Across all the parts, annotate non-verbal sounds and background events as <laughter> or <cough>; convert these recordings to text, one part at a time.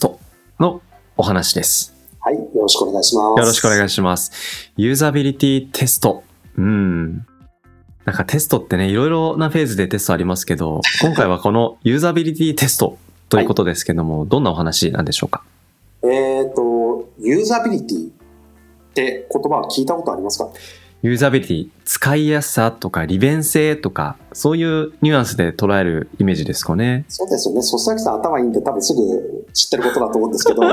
トのお話ですはい、よろしくお願いします。よろしくおい願いします。ユーザビリティテスト。うん。なんかテストってね、いろいろなフェーズでテストありますけど、今回はこのユーザビリティテストということですけども、どんなお話なんでしょうかえっ、と、ユーザビリティって言葉は聞いたことありますかユーザビリティ、使いやすさとか利便性とか、そういうニュアンスで捉えるイメージですかね。そうですよね。そしたさん頭いいんで多分すぐ知ってることだと思うんですけ <laughs> ど、い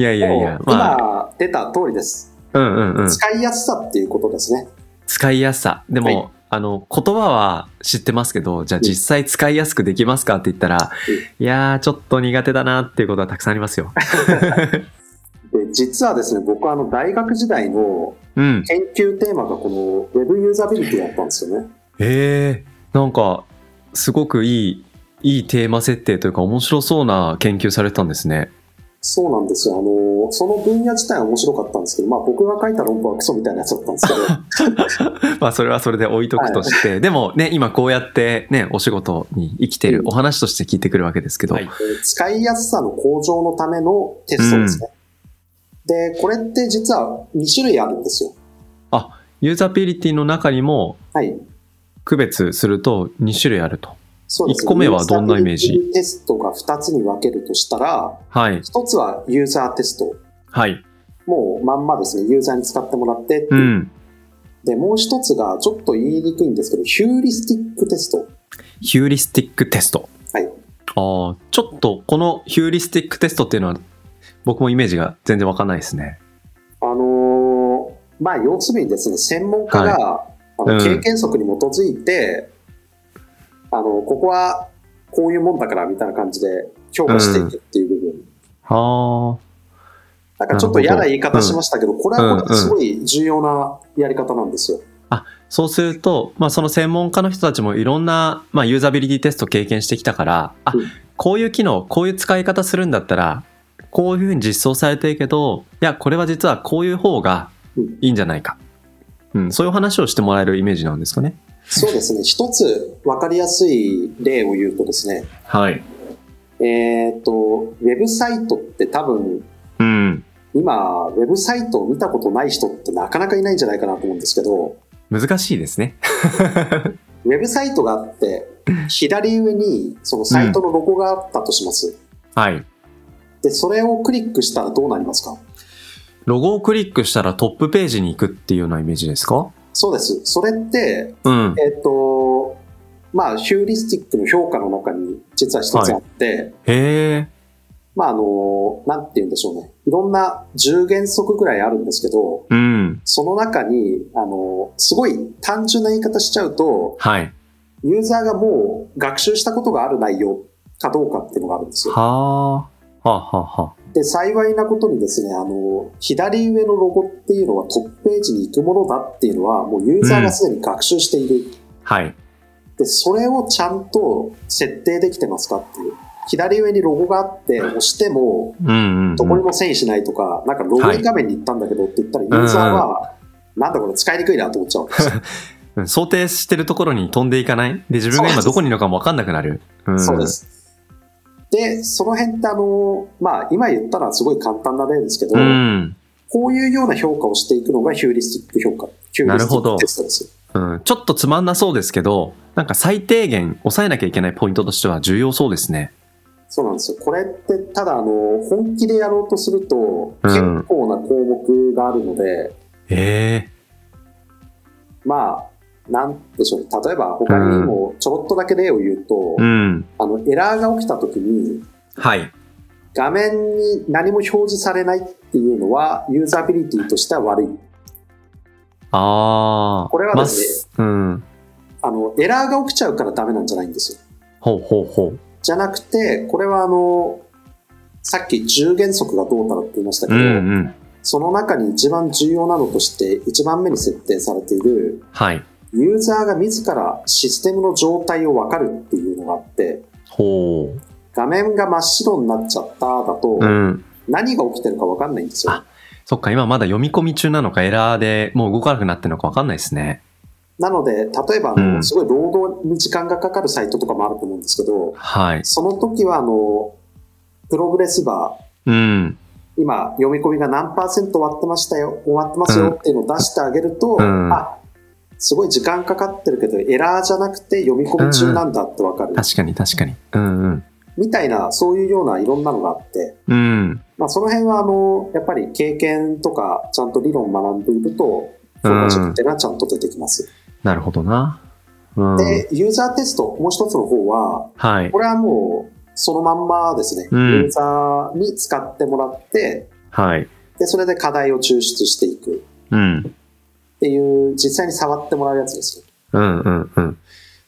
やいやいやも、うまあ、今出た通りです。うんうんうん。使いやすさっていうことですね。使いやすさ。でも、はいあの、言葉は知ってますけど、じゃあ実際使いやすくできますかって言ったら、いやー、ちょっと苦手だなっていうことはたくさんありますよ。で実はですね、僕はあの大学時代のうん。研究テーマがこの Web ユーザビリティだったんですよね。ええなんか、すごくいい、いいテーマ設定というか面白そうな研究されてたんですね。そうなんですよ。あの、その分野自体は面白かったんですけど、まあ僕が書いた論文はクソみたいなやつだったんですけど、 <laughs> まあそれはそれで置いとくとして、でもね、今こうやってね、お仕事に生きてるうんお話として聞いてくるわけですけど。えー使いやすさの向上のためのテストですね。で、これって実は2種類あるんですよ。ユーザビリティの中にもはい。区別すると2種類あると。そうです一個目はどんなイメージユーザビリティテストが2つに分けるとしたら、はい。 1つはユーザーテスト。はい。もうまんまですね、ユーザーに使ってもらってっうていう、ん。で、もう1つがちょっと言いにくいんですけど、ヒューリスティックテスト。ヒューリスティックテスト。はい。ああ、ちょっとこのヒューリスティックテストっていうのは僕もイメージが全然わかんないですね。あのーまあ、要するにですね、専門家が、うあんの経験則に基づいて、あの、ここはこういうもんだからみたいな感じで評価していくっていう部分。はあ。なんかちょっと嫌な言いなるほ方どしましたけど、これはこれですごい重要なやり方なんですよ。そうすると、まあ、その専門家の人たちもいろんな、まあ、ユーザビリティテスト経験してきたから、あうん、こういう機能、こういう使い方するんだったら、こういうふうに実装されてるけど、いや、これは実はこういう方がうんいいんじゃないか。うん、そういう話をしてもらえるイメージなんですかね。そうですね、一つ分かりやすい例を言うとですね、はい。えっ、と、ウェブサイトって多分、うん。今、ウェブサイトを見たことない人ってなかなかいないんじゃないかなと思うんですけど、難しいですね。ウェブサイトがあって、左上にそのサイトのロゴがあったとします。はい。で、それをクリックしたらどうなりますかロゴをクリックしたらトップページに行くっていうようなイメージですかそうです。それって、うん。えっ、と、まあ、ヒューリスティックの評価の中に実は一つあって、へえ。まあ、あの、なんて言うんでしょうね。いろんな10原則ぐらいあるんですけど、うん。その中に、あの、すごい単純な言い方しちゃうと、はい。ユーザーがもう学習したことがある内容かどうかっていうのがあるんですよは。あ。はあはあはあ。で、幸いなことにですね、あの、左上のロゴっていうのはトップページに行くものだっていうのは、もうユーザーがすでに学習している。はい。で、それをちゃんと設定できてますかっていう。左上にロゴがあって、押しても、うんうん、うん。どこにも遷移しないとか、なんかログイン画面に行ったんだけどって言ったら、ユーザーは、なんだこれ使いにくいなと思っちゃうんですよ。うん想定してるところに飛んでいかないで自分が今どこにいるのかも分かんなくなる、ん <laughs> そうです。で、その辺ってあの、まあ、今言ったのはすごい簡単な例ですけど、うん、こういうような評価をしていくのがヒューリスティック評価。ヒューリスティックテストです。うん、ちょっとつまんなそうですけどなんか最低限抑えなきゃいけないポイントとしては重要そうですねそうなんですよ。これって、ただ、あの、本気でやろうとすると、うん結構な項目があるので、へえまあ、なんでしょうね。例えば、他にもちょろっとだけ例を言うと、うんあの、エラーが起きた時に、はい画面に何も表示されないっていうのは、ユーザビリティとしては悪い。ああこれはですね、うんあの、エラーが起きちゃうからダメなんじゃないんですよ。ほうほうほうじゃなくて、これはあの、さっき10原則がどうたらって言いましたけうど、んうん。その中に一番重要なのとして、一番目に設定されている、はい。ユーザーが自らシステムの状態をわかるっていうのがあって、ほう。画面が真っ白になっちゃっただとう、ん。何が起きてるかわかんないんですよ。あそっか、今まだ読み込み中なのか、エラーでもう動かなくなってるのか分かんないですね。なので、例えばあうんの、すごい労働に時間がかかるサイトとかもあると思うんですけど、はい。その時は、あの、プログレスバー、うん。今、読み込みが何パーセント終わってましたよ、終わってますうんよっていうのを出してあげると、うんあ、すごい時間かかってるけど、エラーじゃなくて読み込み中なんだってわかる。確かに確かに。うんうん。みたいな、そういうようないろんなのがあって、うん。まあ、その辺は、あの、やっぱり経験とか、ちゃんと理論学んでいると、フォーカスっていうのはちゃんと出てきます。なるほどな。うん。で、ユーザーテスト、もう一つの方は、はいこ。れはもう、そのまんまですね。うんユーザーに使ってもらって、はい。で、それで課題を抽出していくうん。っていう、実際に触ってもらうやつですよ。うんうんうん。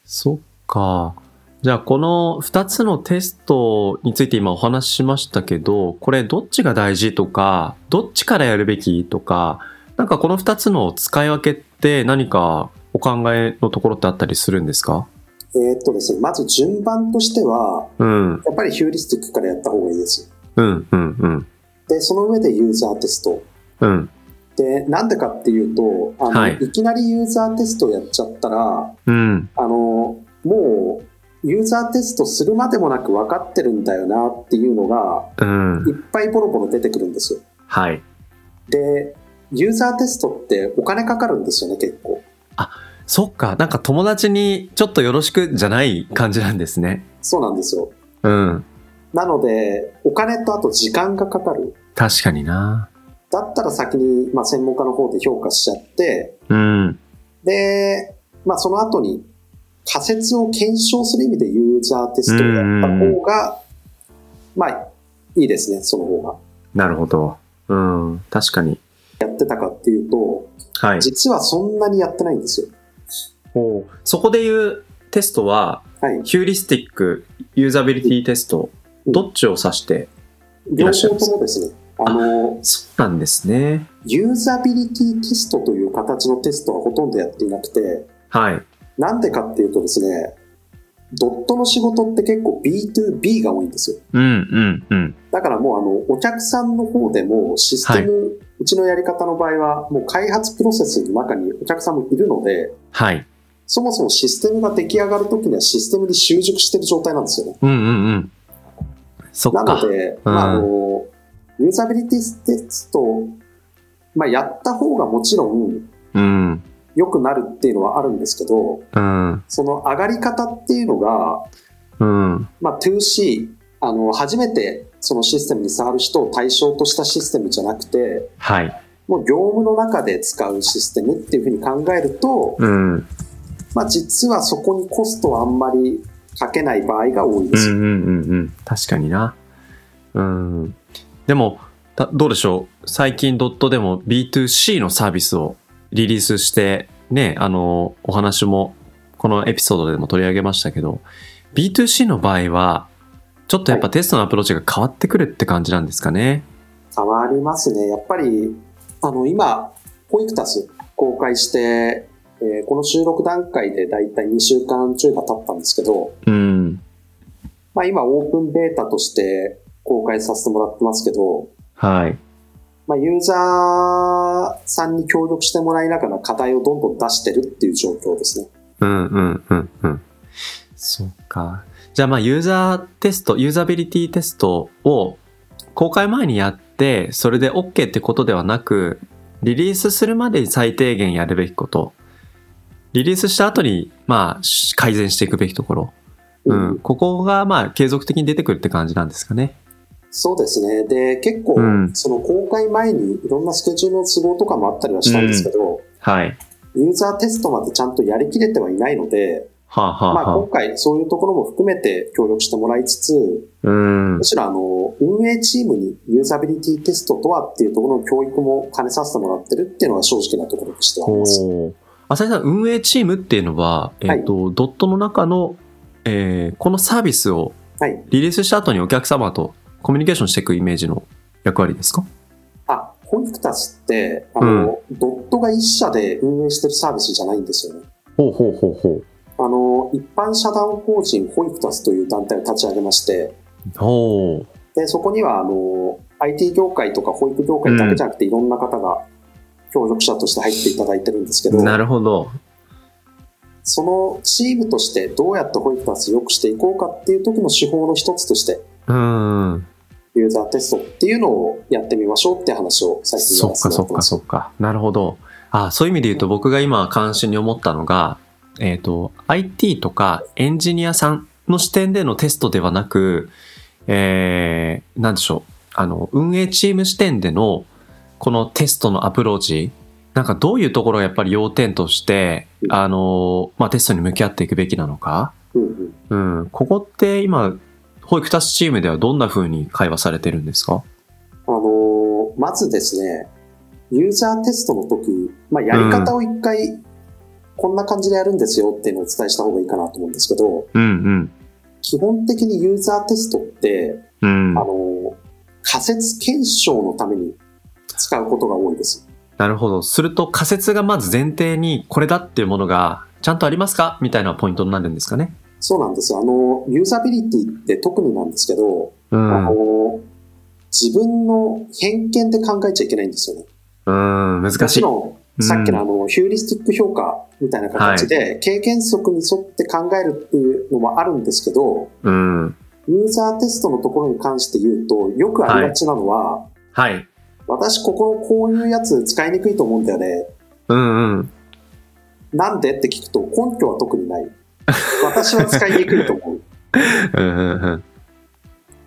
そっか。じゃあ、この2つのテストについて今お話ししましたけど、これどっちが大事とか、どっちからやるべきとか、なんかこの2つの使い分けって何かお考えのところってあったりするんですかえーっとですね、まず順番としては、うん、うん、やっぱりヒューリスティックからやった方がいいですよ。うん、うん、で、その上でユーザーテスト。うん、で、なんでかっていうと、あの、はいい、きなりユーザーテストをやっちゃったら、うん、あの、もう、ユーザーテストするまでもなく分かってるんだよなっていうのが、うんい、っぱいボロボロ出てくるんですよ。はい。で、ユーザーテストってお金かかるんですよね、結構。そっか、なんか友達にちょっとよろしくじゃない感じなんですね。そうなんですよ。うん、なので、お金とあと時間がかかる。確かにな。だったら先に、まあ、専門家の方で評価しちゃって、うん、で、まあ、その後に仮説を検証する意味でユーザーテストをやった方が、まあ、いいですね、その方が。なるほど。うん、確かに。やってたかっていうと、はい。実はそんなにやってないんですよ。そこで言うテストは、はい。ヒューリスティック、ユーザビリティテスト、うんどっちを指して、い両らっしゃい方ますともですね、あの、そうなんですね。ユーザビリティテストという形のテストはほとんどやっていなくて、はい。なんでかっていうとですね、ドットの仕事って結構 B2B が多いんですよ。うん、うん、うん。だからもうあの、お客さんの方でもシステム、うちのやり方の場合は、もう開発プロセスの中にお客さんもいるので、はい。そもそもシステムが出来上がるときにはシステムに習熟してる状態なんですよね。うん、うん、うん。そっなかの。で、まあ、あうんの、ユーザビリティテストを、まあ、やった方がもちろんうん、良くなるっていうのはあるんですけど、うん、その上がり方っていうのが、うん。まあ、2C、あの、初めてそのシステムに触る人を対象としたシステムじゃなくて、はい。もう業務の中で使うシステムっていうふうに考えると、うん、うん、まあ、実はそこにコストはあんまりかけない場合が多いでうす。ん、うん、うん。確かにな。うん。でも、たどうでしょう最近ドットでも B2C のサービスをリリースして、ね、あの、お話もこのエピソードでも取り上げましたけど、B2C の場合は、ちょっとやっぱテストのアプローチが変わってくるって感じなんですかね。変わりますね。やっぱり、あの、今、ポイクタス公開して、えーこの収録段階でだいたい2週間中が経ったんですけど、うん。まあ今オープンベータとして公開させてもらってますけど、はい。まあ、ユーザーさんに協力してもらいながら課題をどんどん出してるっていう状況ですね。うんうんうんうん。そうか。じゃあまあユーザーテスト、ユーザビリティテストを公開前にやって、それで OK ってことではなく、リリースするまでに最低限やるべきこと、リリースした後にまあし改善していくべきところ、うん、ここがまあ継続的に出てくるって感じなんですかね。そうですね。で、結構、うんその公開前にいろんなスケジュールの都合とかもあったりはしたんですけど、はい。ユーザーテストまでちゃんとやりきれてはいないので、はあ、はまあ、あはあ今、回そういうところも含めて協力してもらいつつ、うんむ。しろあの、運営チームにユーザビリティテストとはっていうところの教育も兼ねさせてもらってるっていうのが正直なところとしてはあります。おお。浅井さん、運営チームっていうのは、えっ、と、ドットの中の、えーこのサービスをはい。リリースした後にお客様とコミュニケーションしていくイメージの役割ですかあ、コイクタスって、あの、ドットが一社で運営してるサービスじゃないんですよね。ほうほうほうほう。あの、一般社団法人コイクタスという団体を立ち上げまして、ほう。で、そこには、あの、IT 業界とか保育業界だけじゃなくて、いろんな方が協力者として入っていただいてるんですけど、なるほど。そのチームとしてどうやって保育タス良くしていこうかっていう時の手法の一つとして、うん。ユーザーテストっていうのをやってみましょうって話を最近そっかそっかそっか。なるほど。あ、そういう意味で言うと僕が今関心に思ったのが、えっ、と、IT とかエンジニアさんの視点でのテストではなく、えー、なんでしょう。あの、運営チーム視点でのこのテストのアプローチ、なんかどういうところがやっぱり要点として、あの、まあ、テストに向き合っていくべきなのか。うんうんうん。ここって今、保育タスチームではどんな風に会話されてるんですかあのーまずですね、ユーザーテストの時、まあ、やり方を一回、こんな感じでやるんですよっていうのをお伝えした方がいいかなと思うんですけど、うん基本的にユーザーテストって、うん。うんあ。のー仮説検証のために使うことが多いです。なるほど。すると仮説がまず前提にこれだっていうものがちゃんとありますかみたいなポイントになるんですかね。そうなんです。あのーユーザビリティって特になんですけど、うあん。のうー自分の偏見で考えちゃいけないんですよね。ん、難しい。もちろん、さっきのあの、ヒューリスティック評価みたいな形で、経験則に沿って考えるっていうのもあるんですけど、うん。ユーザーテストのところに関して言うと、よくありがちなのは、はい。私ここのこういうやつ使いにくいと思うんだよね。うんうん。なんでって聞くと、根拠は特にない。私は使いにくいと思う。うんうんうん。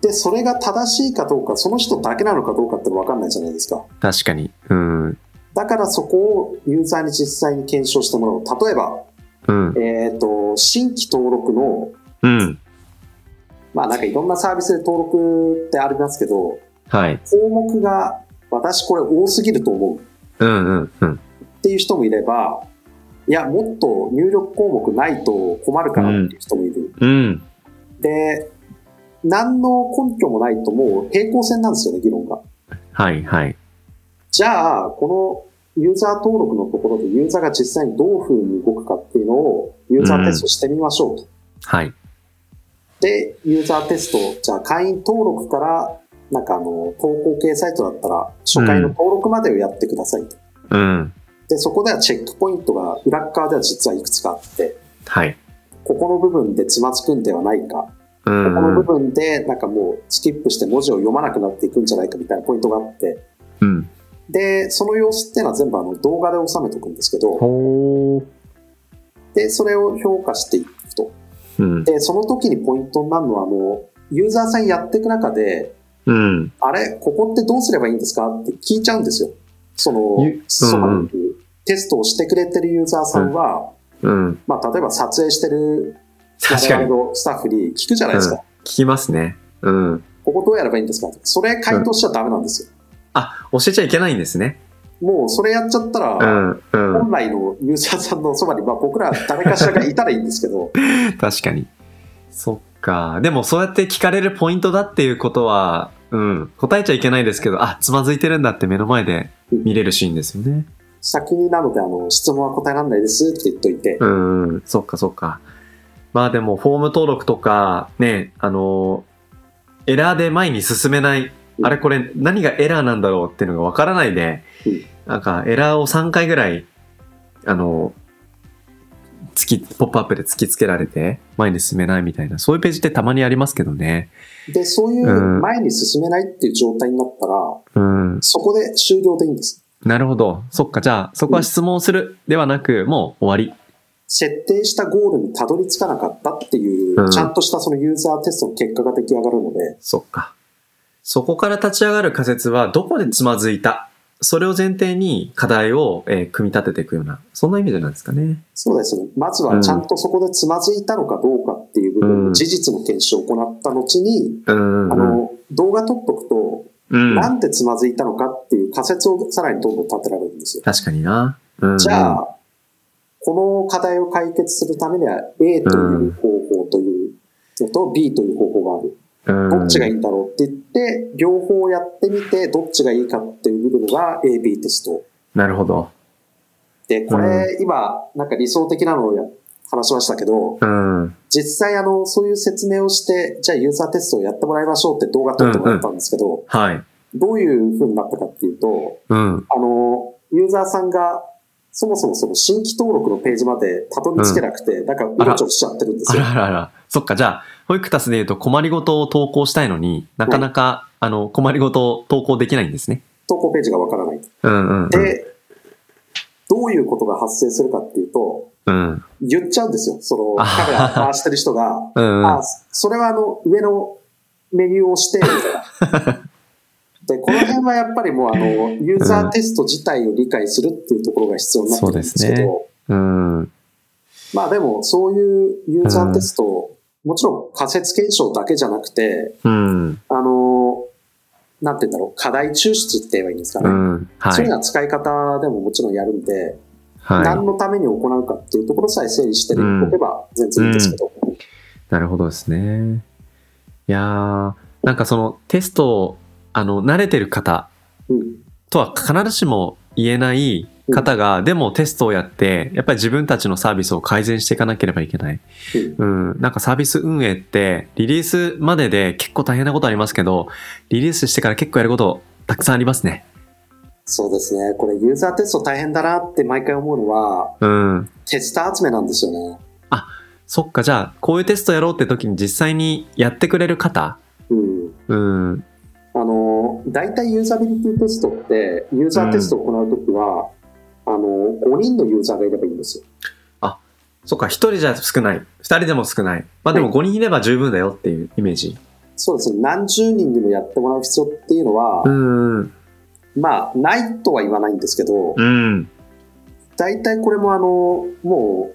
で、それが正しいかどうか、その人だけなのかどうかってのわかんないじゃないですか。確かに。うん。だからそこをユーザーに実際に検証してもらう。例えば、うん。えっ、と、新規登録のうん。まあなんかいろんなサービスで登録ってありますけど、はい。項目が私これ多すぎると思うっうんうんうん。ていう人もいれば、いや、もっと入力項目ないと困るからっていう人もいる。うん。で、何の根拠もないともう平行線なんですよね、議論が。はいはい。じゃあ、このユーザー登録のところでユーザーが実際にどういう風に動くかっていうのをユーザーテストしてみましょうと。はい。で、ユーザーテスト、じゃあ会員登録から、なんかあの、投稿系サイトだったら、初回の登録までをやってくださいと。うん。で、そこではチェックポイントが裏っ側では実はいくつかあって、はい。ここの部分でつまずくんではないか、うここのんう部ん。分でなんかもうスキップして文字を読まなくなっていくんじゃないかみたいなポイントがあって、うん。で、その様子っていうのは全部あの動画で収めておくんですけど、ほー。で、それを評価していくと。うん。で、その時にポイントになるのはもう、ユーザーさんやっていく中で、うん。あれここってどうすればいいんですかって聞いちゃうんですよ。そのゆ、そううんうんテストをしてくれてるユーザーさんは、うん。まあ、例えば撮影してる確かに。聞我々のスタッフに聞くじゃないですか。きますね。うん。ここどうやればいいんですかそれ回答しちゃダメなんですよ。あ、教えちゃいけないんですね。もう、それやっちゃったうら、ん。うん。本来のユーザーさんのそばに、まあ、僕ら誰かしらがいたらいいんですけど、 <laughs> 確かに。そっか。でもそうやって聞かれるポイントだっていうことは、うん、答えちゃいけないですけど、あ、つまずいてるんだって目の前で見れるシーンですよね。先になので、あの、質問は答えられないですって言っといて、うん、うん、そっかそっか。まあでも、フォーム登録とか、ね、あの、エラーで前に進めない、あれこれ何がエラーなんだろうっていうのがわからないでうん、なんかエラーを3回ぐらい、あの、つき、ポップアップで突きつけられて、前に進めないみたいな、そういうページってたまにありますけどね。で、そういううん前に進めないっていう状態になったら、うん、そこで終了でいいんです。なるほど。そっか。じゃあ、そこは質問するではなく、もう終わ設定したゴールにたどり着かなかったっていう、うんちゃんとしたそのユーザーテストの結果が出来上がるのでり。、そっか。そこから立ち上がる仮説は、どこでつまずいたそれを前提に課題を、えー組み立てていくような、そんなイメージなんですかね。そうですね。まずはちゃんとそこでつまずいたのかどうかっていう部分うのん事実の検証を行った後に、うんあの、動画撮っとくと、うん。なんでつまずいたのかっていう仮説をさらにどんどん立てられるんですよ。確かにな。うんじゃ、あ、この課題を解決するためには A という方法というのと B という方法がある。どどっちがいいんだろうって言って、両方やってみて、どっちがいいかっていうのが AB テスト。なるほど。で、これ、今、なんか理想的なのをや話しましたけど、うん。うん実際あの、そういう説明をして、じゃあユーザーテストをやってもらいましょうって動画撮ってもらったんですけど、はい。どういう風になったかっていうと、うん。あの、ユーザーさんが、そもそもその新規登録のページまでたどり着けなくて、なんかうろちょろしちゃってるんであすよら。あらあら。そっか、じゃあ、ホイクタスで言うと困りごとを投稿したいのに、なかなか、あの、困りごとを投稿できないんですね。投稿ページがわからない。うんうん、うん。で、どういうことが発生するかっていうと、うん。言っちゃうんですよ。そのあはカメはラ回してる人が、うんうんあ、それはあの、上のメニューを押 <laughs> して、みたいな。で、この辺はやっぱりもうあの、ユーザーテスト自体を理解するっていうところが必要になってくるんですけど、そうですねうん。うん。まあでも、そういうユーザーテストを、もちろん仮説検証だけじゃなくて、うん。あの、なんて言うんだろう、課題抽出って言えばいいんですかね。はそういうい。ような使い方でももちろんやるんで、何はのために行うかっていうところさえ整理しておけば全然いいんですけど。い。なるほどですね。いやー、なんかそのテストを、あの、慣れてる方うん。とは必ずしも言えない方が、でもテストをやって、やっぱり自分たちのサービスを改善していかなければいけない。うんうん、なんかサービス運営って、リリースまでで結構大変なことありますけど、リリースしてから結構やることたくさんありますね。そうですね。これユーザーテスト大変だなって毎回思うのは、うん。テスター集めなんですよね。そっか、じゃあ、こういうテストやろうって時に実際にやってくれる方、うん。うん、あの、大体ユーザビリティテストって、ユーザーテストを行うときは、あの、5人のユーザーがいればいいんですよ。そっか、1人じゃ少ない。2人でも少ない。まあでも5人いれば十分だよっていうイメージ。そうですね。何十人にもやってもらう必要っていうのは、ん。うん。まあ、ないとは言わないんですけど、うん。大体これもあの、もう、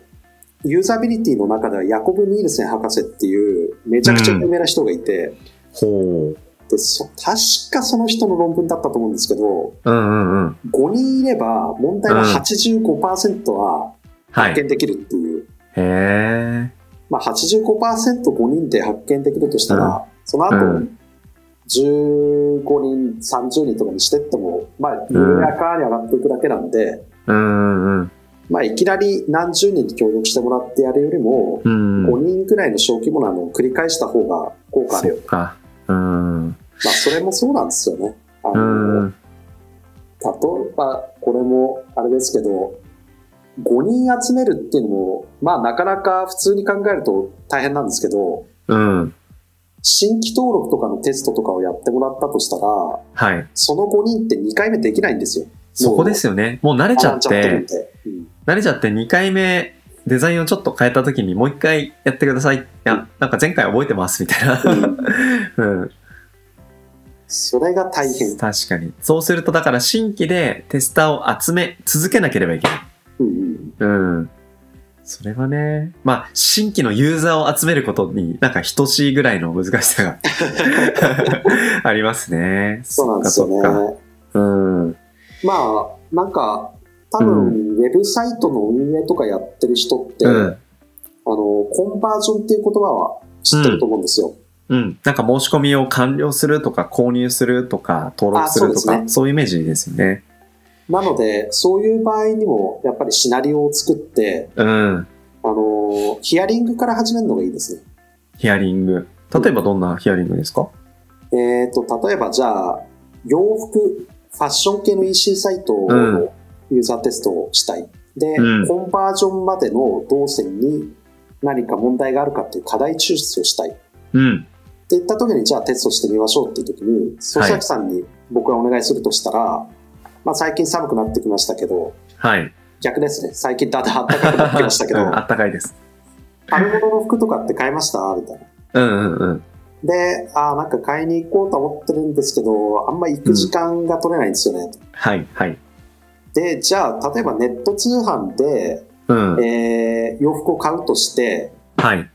ユーザビリティの中ではヤコブ・ニールセン博士っていうめちゃくちゃ有名な人がいて、ほでそ確かその人の論文だったと思うんですけど、う。うんうんうん。 5人いれば問題の85%はは発い。見できるっていう。へえ。まあ85%5 人で発見できるとしたら、うその後、うん15人、30人とかにしてっても、まあ、緩やかに上がっていくだけなんで、うんうんうん。まあ、いきなり何十人と協力してもらってやるよりも、うん。 5人くらいの小規模なのを繰り返した方が効果あるそよっ。か。うん。まあ、それもそうなんですよね。あうの、ん。例えば、これもあれですけど、5人集めるっていうのも、まあなかなか普通に考えると大変なんですけど、うん。新規登録とかのテストとかをやってもらったとしたら、はい。その5人って2回目できないんですよ。そこですよね。もう慣れちゃっ学んるんて、で。うん慣れちゃって2回目、デザインをちょっと変えた時にもう一回やってください。いや、なんか前回覚えてますみたいな。うん。それが大変。確かに。そうすると、だから新規でテスターを集め続けなければいけない。うんうんうん。それはね、まあ、新規のユーザーを集めることに、なんか等しいぐらいの難しさ <laughs> がありますね。そうなんですよそっかそっかね。うん。まあ、なんか、多う分、ウェブサイトの運営とかやってる人って、うん。あの、コンバージョンっていう言葉は知ってると思うんですよ。うん、なんか申し込みを完了するとか購入するとか登録するとあそうでかすそう,、ねいうイメージですよね。なので、そういう場合にも、やっぱりシナリオを作って、うん、あの、ヒアリングから始めるのがいいですね。ヒアリング。例えばどんなヒアリングですか、えっ、と、例えばじゃあ、洋服、ファッション系の EC サイトうんのユーザーテストをしたい。で、うんコンバージョンまでの動線に何か問題があるかっていう課題抽出をしたい。うん、って言った時に、じゃあテストしてみましょうっていう時に、創作さんに僕がお願いするとしたら、まあ最近寒くなってきましたけど、はい。逆ですね。最近だんだん暖かくなってきましたけど、 <laughs> うんあったかいです。春物の服とかって買いましたみたいな。うんうんうん。で、ああ、なんか買いに行こうと思ってるんですけど、あんま行く時間が取れないんですよね。はいはい。で、じゃあ、例えばネット通販で、うん。えー洋服を買うとして、はい。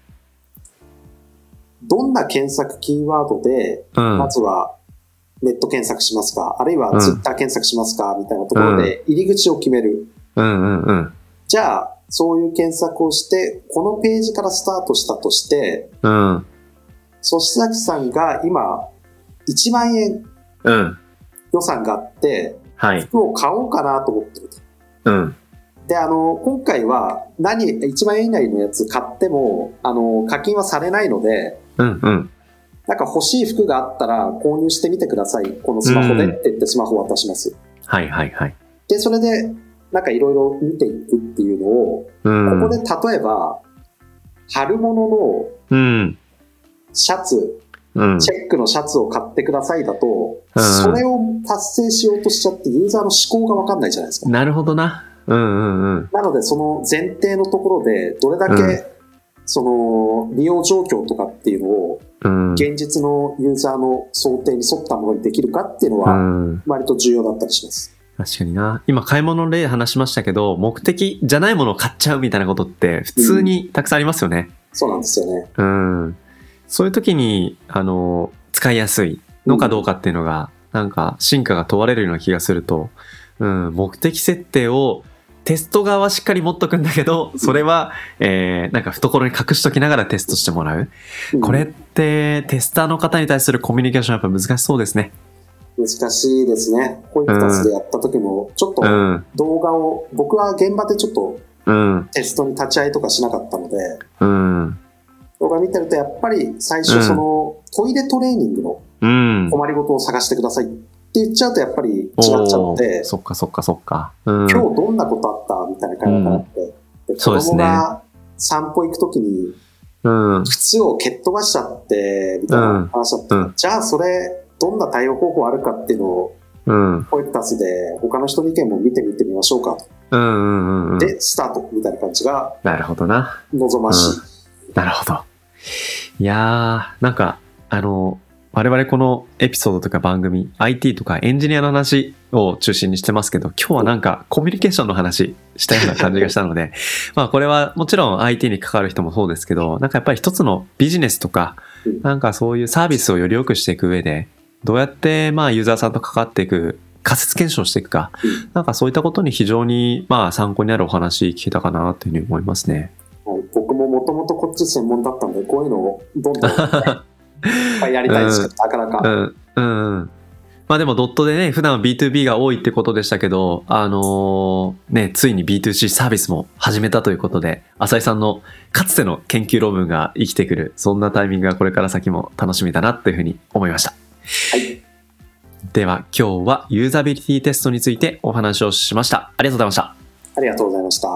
どんな検索キーワードで、うん。まずはネット検索しますか、あるいはツイッター検索しますか、みたいなところで入り口を決める。うんうんうん。じゃあ、そういう検索をして、このページからスタートしたとして、うん。そしざきさんが今、1万円うん。予算があって、はい。服を買おうかなと思ってると。うん。で、あの、今回は何、1万円以内のやつ買っても、あの、課金はされないので、うんうん。なんか欲しい服があったら購入してみてください。このスマホでうんって言ってスマホを渡します。はいはいはい。で、それで、なんかいろいろ見ていくっていうのを、うん。ここで例えば、春物のうん。シャツ、うん。チェックのシャツを買ってくださいだと、うんそれを達成しようとしちゃってユーザーの思考がわかんないじゃないですか。なるほどな。うんうんうん。なので、その前提のところで、どれだけ、うんその、利用状況とかっていうのを、うん。現実のユーザーの想定に沿ったものにできるかっていうのうは、ん。割と重要だったりします。確かにな。今、買い物の例話しましたけど、目的じゃないものを買っちゃうみたいなことって、普通にたくさんありますよね。そうなんですよね。うん。そういう時に、あの、使いやすいのかどうかっていうのが、なんか、進化が問われるような気がすると、うん、目的設定を、テスト側はしっかり持っとくんだけど、それは、えー、なんか懐に隠しときながらテストしてもらう。うんこれって、テスターの方に対するコミュニケーションやっぱ難しそうですね。難しいですね。こういう2つでやった時も、ちょっとうん、動画を、僕は現場でちょっとうん、テストに立ち会いとかしなかったので、うん、動画見てるとやっぱり最初その、トイレトレーニングのうん。困りごとを探してくださいって言っちゃうとやっぱり違っちゃうのおーで、そっかそっかそっか。うん。今日どんなことあったみたいな会話があって、でそう子です供ねが散歩行くときに、うん。靴を蹴っ飛ばしちゃって、みたいな話だった、うんじゃあそれ、どんな対応方法あるかっていうのを、うん。ポイタスで他の人の意見も見てみてみましょうかと。うん。うん。うん。で、スタートみたいな感じがなるほどな。望ましい。なるほど。いやー、なんか、あの、我々このエピソードとか番組、IT とかエンジニアの話を中心にしてますけど、今日はなんかコミュニケーションの話したような感じがしたので、 <laughs> まあこれはもちろん IT に関わる人もそうですけど、なんかやっぱり一つのビジネスとかうん、なんかそういうサービスをより良くしていく上で、どうやってまあユーザーさんと関わっていく、仮説検証していくかうん、なんかそういったことに非常にまあ参考になるお話聞けたかなというふうに思いますね。はい僕ももともとこっち専門だったんで、こういうのをどん <laughs> どんいっぱいやりたいですけど、なかなうか。んうんうんまあでもドットでね普段は B2B が多いってことでしたけどあのーねついに B2C サービスも始めたということで浅井さんのかつての研究論文が生きてくるそんなタイミングがこれから先も楽しみだなというふうに思いましたはいでは今日はユーザビリティテストについてお話をしましたありがとうございましたありがとうございました。